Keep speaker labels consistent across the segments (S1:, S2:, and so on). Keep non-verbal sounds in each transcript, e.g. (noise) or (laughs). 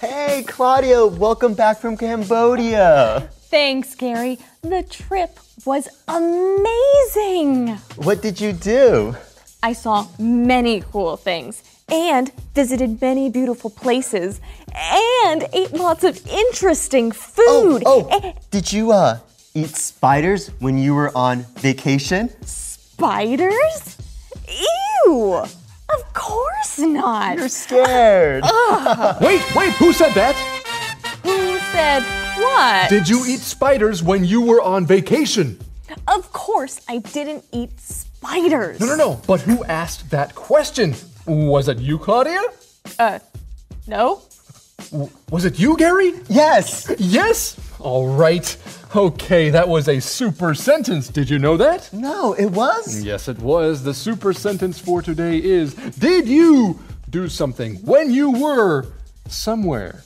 S1: Hey, Claudio, welcome back from Cambodia.
S2: Thanks, Gary. The trip was amazing.
S1: What did you do?
S2: I saw many cool things and visited many beautiful places and ate lots of interesting food.
S1: Oh,
S2: Eh,
S1: oh did you uh, eat spiders when you were on vacation?
S2: Spiders? Ew! Of course not.
S1: You're scared.
S3: Wait, wait, who said that?
S2: Who said what?
S3: Did you eat spiders when you were on vacation?
S2: of course, I didn't eat spiders.
S3: No, no, no. But who asked that question? Was it you, Claudia?
S2: Uh, no?
S3: Was it you, Gary?
S1: yes.
S3: Yes? All right. Okay, that was a super sentence. Did you know that?
S1: No, it was.
S3: Yes, it was. The super sentence for today is Did you do something when you were (laughs) somewhere?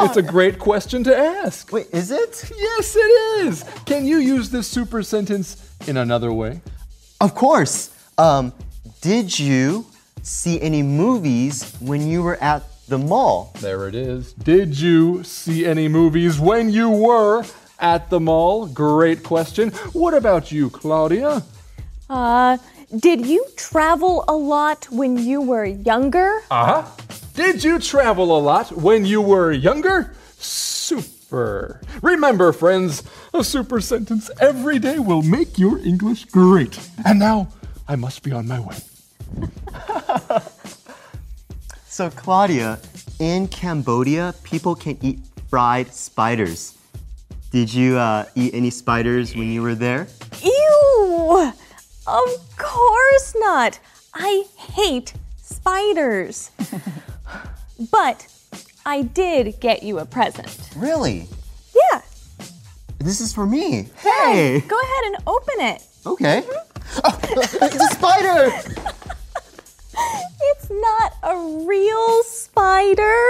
S3: it's a great question to ask.
S1: Wait, is it?
S3: Yes, it is. Can you use this super sentence in another way?
S1: Of course. Um, did you see any movies when you were at the mall?
S3: There it is. Did you see any movies when you were at the mall? Great question. What about you, Claudia?
S2: Uh, did you travel a lot when you were younger?
S3: Did you travel a lot when you were younger? Super. Remember, friends, a super sentence every day will make your English great. And now, I must be on my way.
S1: So, Claudia, in Cambodia, people can eat fried spiders. Did you uh, eat any spiders when you were there?
S2: Ew! Of course not. I hate spiders. but I did get you a present.
S1: Really?
S2: Yeah.
S1: This is for me. Hey!
S2: Go ahead and open it.
S1: Okay. (laughs) it's a spider!
S2: It's not a real spider.